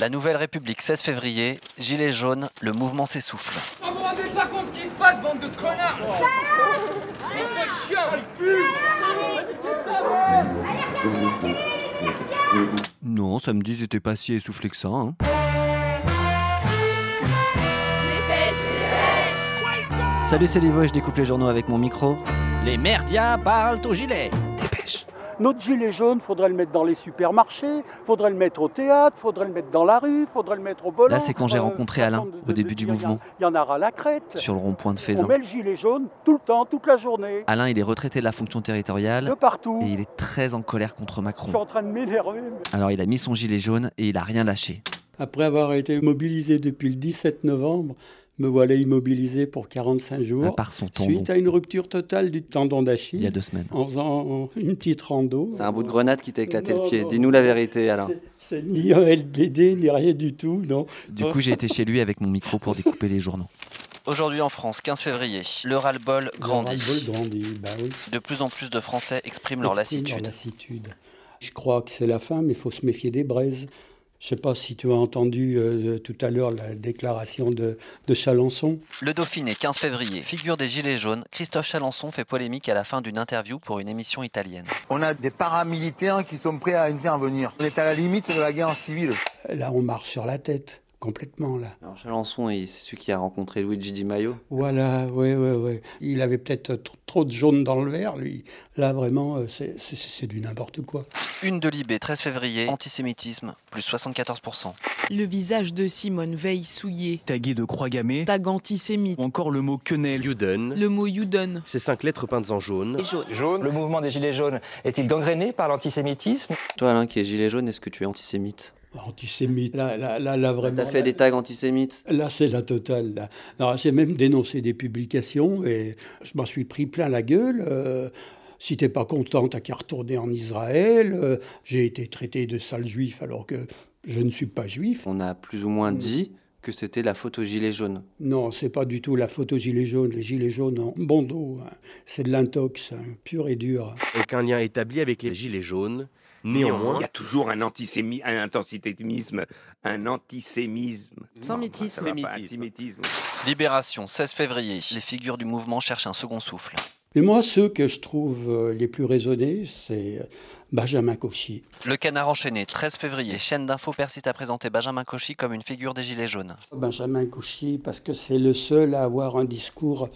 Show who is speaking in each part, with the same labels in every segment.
Speaker 1: La Nouvelle République, 16 février, Gilets jaunes, le mouvement s'essouffle.
Speaker 2: Ah, vous vous rendez pas compte ce qui se passe, bande de connards là Bande de chiens
Speaker 3: Non, samedi, ils étaient pas si essoufflés que ça. hein.
Speaker 1: Salut, c'est Livo et je découpe les journaux avec mon micro. Les merdias parlent au gilet. Dépêche.
Speaker 4: Notre gilet jaune, faudrait le mettre dans les supermarchés, faudrait le mettre au théâtre, faudrait le mettre dans la rue, faudrait le mettre au volant.
Speaker 1: Là, c'est quand j'ai
Speaker 4: Euh,
Speaker 1: rencontré Alain,
Speaker 4: ensemble de- de-
Speaker 1: au début
Speaker 4: de
Speaker 1: du
Speaker 4: dire, il y en-
Speaker 1: mouvement.
Speaker 4: Il y en aura la crête.
Speaker 1: Sur le rond-point de
Speaker 4: On
Speaker 1: Faisin.
Speaker 4: met le gilet jaune tout le temps, toute la journée,
Speaker 1: Alain, il est retraité de la fonction
Speaker 4: de
Speaker 1: territoriale
Speaker 4: partout.
Speaker 1: et il est très en colère contre
Speaker 4: Je
Speaker 1: Macron.
Speaker 4: suis en train de m'énerver. mais-
Speaker 1: Alors il a mis son gilet jaune et il a rien lâché.
Speaker 5: Après avoir été mobilisé depuis le 17 novembre, me voilà immobilisé pour 45
Speaker 1: À
Speaker 5: jours,
Speaker 1: part son tendon,
Speaker 5: suite à une rupture totale du tendon
Speaker 1: il y a
Speaker 5: d'Achille,
Speaker 1: deux semaines.
Speaker 5: en faisant une petite rando.
Speaker 3: C'est un bout de grenade qui t'a éclaté le
Speaker 5: Non,
Speaker 3: pied.
Speaker 5: non.
Speaker 3: Dis-nous la vérité, Alain.
Speaker 5: C'est- C'est ni un LBD, ni rien du tout, non.
Speaker 1: Du coup, j'ai été chez lui avec mon micro pour découper les journaux. Aujourd'hui en France, 15 février, le ras-le-bol
Speaker 5: Le
Speaker 1: grandit.
Speaker 5: ras-le-bol grandit, bah oui.
Speaker 1: De plus en plus de Français expriment leur
Speaker 5: Exprime leur
Speaker 1: lassitude.
Speaker 5: lassitude. Je crois que c'est la fin, mais il faut se méfier des braises. Je ne sais pas si tu as entendu euh, tout à l'heure la déclaration de, de Chalençon.
Speaker 1: Le Dauphiné, 15 février, figure des Gilets jaunes, Christophe Chalençon fait polémique à la fin d'une interview pour une émission italienne.
Speaker 6: On a des paramilitaires qui sont prêts à intervenir. On est à la limite de la guerre civile.
Speaker 5: Là, on marche sur la tête, complètement, là.
Speaker 3: Alors, Chalençon, il- c'est celui qui a rencontré Luigi Di Maio.
Speaker 5: Voilà, oui, oui, oui. Il avait peut-être tr- trop de jaune dans le verre, lui. Là, vraiment, euh, c'est- c'est c'est du n'importe quoi.
Speaker 1: Une de Libé, 13 février, antisémitisme, plus 74%.
Speaker 7: Le visage de Simone Veil souillé.
Speaker 8: tagué de croix gammée,
Speaker 7: Tag antisémite.
Speaker 8: ou encore le mot quenelle.
Speaker 9: Juden,
Speaker 7: Le mot Youdon.
Speaker 9: ces cinq lettres peintes en jaune.
Speaker 10: Le mouvement des Gilets jaunes est-il gangréné par l'antisémitisme
Speaker 3: Toi, Alain, qui est gilet jaune, est-ce que tu es antisémite
Speaker 5: Antisémite, là, là, là, là vraiment.
Speaker 3: T'as fait
Speaker 5: là-
Speaker 3: des tags antisémites
Speaker 5: Là, c'est la totale. Là. Alors, j'ai même dénoncé des publications et je m'en suis pris plein la gueule. Euh, si t'es pas content, t'as qu'à retourner en Israël. Euh, j'ai été traité de sale juif alors que je ne suis pas juif.
Speaker 3: On a plus ou moins
Speaker 5: Mm.
Speaker 3: dit que c'était la photo gilet jaune.
Speaker 5: Non, c'est pas du tout la photo gilet jaune. Les gilets jaunes en bon dos, hein. c'est de l'intox, hein, pur et dur.
Speaker 9: Aucun lien établi avec les gilets jaunes. Néanmoins,
Speaker 11: Il y a toujours un antisémitisme, un antisémitisme, un antisémisme.
Speaker 7: Antisémitisme.
Speaker 11: Ça va pas, antisémitisme.
Speaker 1: Libération, 16 février, les figures du mouvement cherchent un second souffle.
Speaker 5: Mais moi, ceux que je trouve euh, les plus raisonnés, c'est euh, Benjamin Cauchy.
Speaker 1: Le Canard enchaîné, 13 février, chaîne d'info persiste à présenter Benjamin Cauchy comme une figure des Gilets jaunes.
Speaker 5: Benjamin Cauchy, parce que c'est le seul à avoir un discours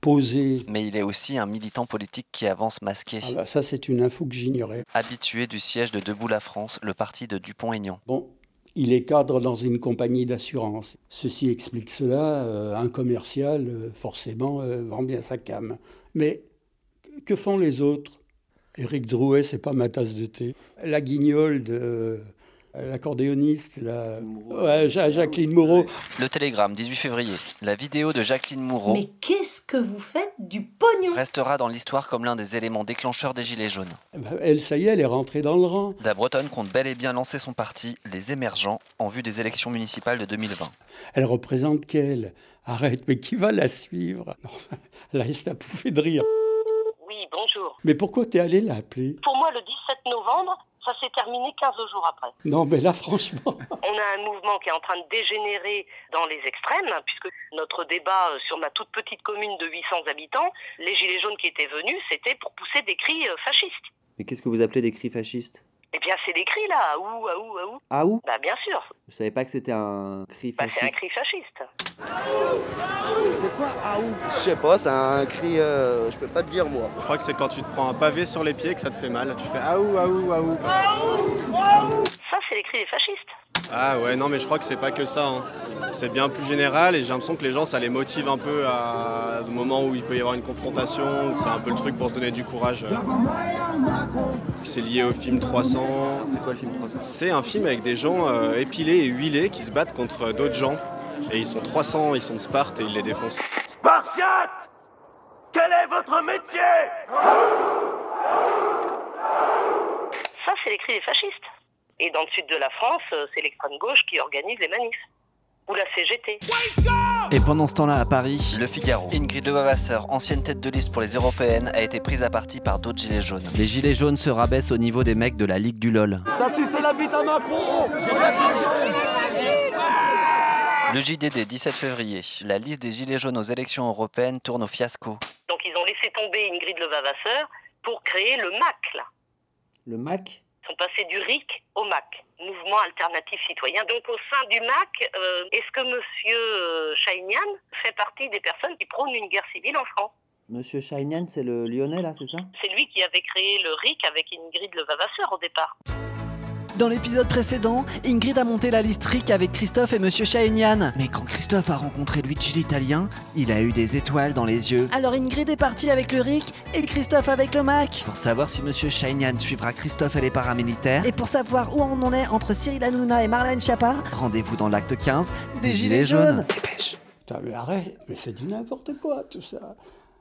Speaker 5: posé.
Speaker 1: Mais il est aussi un militant politique qui avance masqué,
Speaker 5: Ah bah, ça, c'est une info que j'ignorais.
Speaker 1: habitué du siège de Debout la France, le parti de Dupont-Aignan.
Speaker 5: Bon, il est cadre dans une compagnie d'assurance. Ceci explique cela. euh, un commercial, euh, forcément, euh, vend bien sa cam. Mais que font les autres Éric Drouet, c'est pas ma tasse de thé. La guignole de euh, l'accordéoniste, la... Ouais, Ja- Jacqueline Moreau.
Speaker 1: Le Télégramme, 18 février, la vidéo de Jacqueline Moureau
Speaker 10: Mais qu'est-ce que vous faites du pognon
Speaker 1: restera dans l'histoire comme l'un des éléments déclencheurs des Gilets jaunes.
Speaker 5: Bah, Elle, ça y est, elle est rentrée dans le rang.
Speaker 1: La Bretonne compte bel et bien lancer son parti, Les Émergents, en vue des élections municipales de 2020.
Speaker 5: Elle représente qu'elle. Arrête, mais qui va la suivre Non, Là, elle s'est pouffée de rire.
Speaker 10: Oui, bonjour.
Speaker 5: Mais pourquoi t'es allé l'appeler
Speaker 10: Pour moi, le 17 novembre, ça s'est terminé 15 jours après.
Speaker 5: Non, mais là, franchement.
Speaker 10: On a un mouvement qui est en train de dégénérer dans les extrêmes, hein, puisque notre débat euh, sur ma toute petite commune de 800 habitants, les gilets jaunes qui étaient venus, c'était pour pousser des cris euh, fascistes.
Speaker 3: Mais qu'est-ce que vous appelez des cris fascistes
Speaker 10: Eh bien, c'est des cris là, ou, ou, ou.
Speaker 3: Ah ou
Speaker 10: Bah bien sûr,
Speaker 3: Je savais pas que c'était un cri
Speaker 10: bah, c'est un
Speaker 3: fasciste.
Speaker 10: cri fasciste.
Speaker 6: C'est quoi Aou Je sais pas, c'est un cri, je peux pas te dire moi.
Speaker 9: je crois que c'est quand tu te prends un pavé sur les pieds que ça te fait mal. Tu fais Aou, aou, aou.
Speaker 10: Ça, c'est les cris des fascistes.
Speaker 9: Ah ouais, non, mais je crois que c'est pas que ça. hein. C'est bien plus général et j'ai l'impression que les gens, ça les motive un peu à au moment où il peut y avoir une confrontation. où C'est un peu le truc pour se donner du courage. euh. C'est lié au film 300. C'est quoi le film 300 C'est un film avec des gens euh, épilés et huilés qui se battent contre euh, d'autres gens. Et ils sont 300, ils sont de Sparte et ils les défoncent.
Speaker 11: Spartiate Quel est votre métier
Speaker 10: Ça, c'est les cris des fascistes. Et dans le sud de la France, euh, c'est l'extrême gauche qui organise les manifs. Ou la CGT.
Speaker 1: Et pendant ce temps-là à Paris, Le Figaro, Ingrid Levavasseur, ancienne tête de liste pour les européennes, a été prise à partie par d'autres Gilets jaunes. Les Gilets jaunes se rabaissent au niveau des mecs de la Ligue du LOL.
Speaker 4: Ça, tu sais la bite à Macron
Speaker 1: Le JDD 17 février. La liste des gilets jaunes aux élections européennes tourne au fiasco.
Speaker 10: Donc ils ont laissé tomber Ingrid Levavasseur pour créer le MAC, là.
Speaker 6: Le MAC
Speaker 10: Ils sont passés du RIC au MAC, Mouvement Alternatif Citoyen. Donc au sein du MAC, euh, est-ce que M. Chaignan fait partie des personnes qui prônent une guerre civile en France
Speaker 6: Monsieur Shainan, c'est le lyonnais là, c'est ça
Speaker 10: C'est lui qui avait créé le RIC avec Ingrid Levavasseur au départ.
Speaker 1: Dans l'épisode précédent, Ingrid a monté la liste RIC avec Christophe et Monsieur Chaignan. Mais quand Christophe a rencontré Luigi l'Italien, il a eu des étoiles dans les yeux. Alors Ingrid est partie avec le RIC et Christophe avec le MAC. Pour savoir si Monsieur Chaignan suivra Christophe et les paramilitaires,
Speaker 12: Et pour savoir où on en est entre Cyril Hanouna et Marlène Chapa,
Speaker 1: rendez-vous dans l'acte 15 des,
Speaker 12: Des Gilets
Speaker 1: Gilets, jaunes.
Speaker 12: jaunes.
Speaker 1: Dépêche.
Speaker 5: Putain, mais arrête, mais c'est du n'importe quoi tout ça.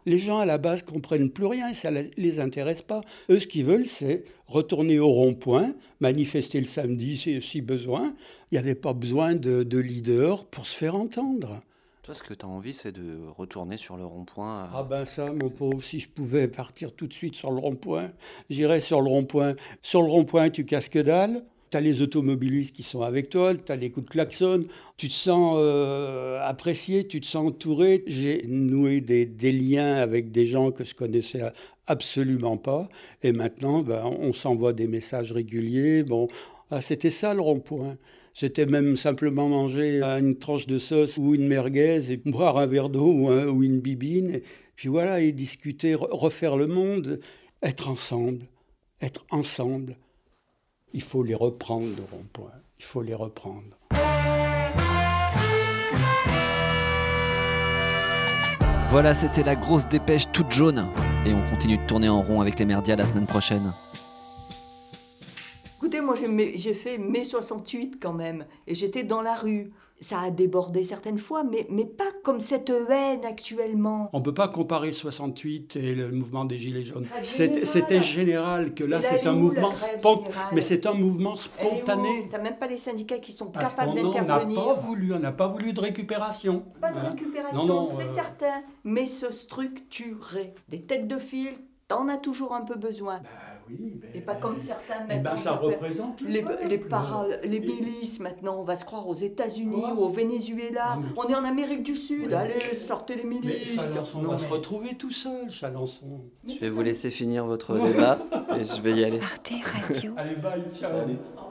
Speaker 5: Les gens à la base comprennent plus rien et ça les- les intéresse pas. Eux, ce qu'ils veulent, c'est retourner au rond-point, manifester le samedi si, si besoin. Il n'y avait pas besoin de, de leader pour se faire entendre.
Speaker 1: Toi, ce que t'as envie, c'est de retourner sur le rond-point. euh,
Speaker 5: Ah ben ça, mon pauvre, si je pouvais partir tout de suite sur le rond-point, j'irais sur le rond-point. Sur le rond-point, tu casses que dalle. T'as les automobilistes qui sont avec toi, t'as les coups de klaxon, tu te sens euh, apprécié, tu te sens entouré. J'ai noué des, des liens avec des gens que je connaissais absolument pas. Et maintenant, ben, on s'envoie des messages réguliers. Bon, ah, c'était ça le rond-point. C'était même simplement manger euh, une tranche de sauce ou une merguez et boire un verre d'eau ou, un- ou une bibine. Et puis voilà, et discuter, re- refaire le monde, être ensemble, être ensemble. Il faut les reprendre, le rond-point. Il faut les reprendre.
Speaker 1: Ah, Voilà, c'était la grosse dépêche toute jaune. Et on continue de tourner en rond avec les merdias la semaine prochaine.
Speaker 13: Écoutez, moi j'ai mes- j'ai fait mai 68 quand même, et j'étais dans la rue. Ça a débordé certaines fois, mais, mais pas comme cette haine actuellement.
Speaker 5: On ne peut pas comparer 68 et le mouvement des Gilets jaunes.
Speaker 13: Ah,
Speaker 5: C'est-
Speaker 13: général.
Speaker 5: C'était général que là,
Speaker 13: Elle
Speaker 5: c'est
Speaker 13: est
Speaker 5: un
Speaker 13: où,
Speaker 5: mouvement
Speaker 13: la grève
Speaker 5: spon-
Speaker 13: générale
Speaker 5: mais c'est un mouvement
Speaker 13: Elle est où
Speaker 5: spontané.
Speaker 13: T'as même pas les syndicats qui sont
Speaker 5: À ce
Speaker 13: capables
Speaker 5: moment, on n'a pas
Speaker 13: d'intervenir.
Speaker 5: voulu, on n'a pas voulu de récupération.
Speaker 13: Pas de
Speaker 5: Hein.
Speaker 13: récupération,
Speaker 5: Non, non,
Speaker 13: c'est
Speaker 5: euh,
Speaker 13: certain, mais se structurer. Des têtes de fil, t'en as toujours un peu besoin. et pas comme certains
Speaker 5: Bah, eh ben,
Speaker 13: maintenant,
Speaker 5: ça
Speaker 13: qui appellent-
Speaker 5: représente le
Speaker 13: les,
Speaker 5: peuple.
Speaker 13: les, para- les milices maintenant. On va se croire aux États-Unis ou au Venezuela.
Speaker 5: Ah, mais-
Speaker 13: On est en Amérique du Sud.
Speaker 5: Ouais.
Speaker 13: Allez, sortez les milices.
Speaker 5: Mais Chalençon
Speaker 13: Non,
Speaker 5: va
Speaker 13: mais-
Speaker 5: se retrouver tout seul, Chalençon.
Speaker 6: Je vais vous laisser finir votre débat et je vais y aller.
Speaker 5: Allez, bye, ciao.
Speaker 6: Salut.
Speaker 13: Au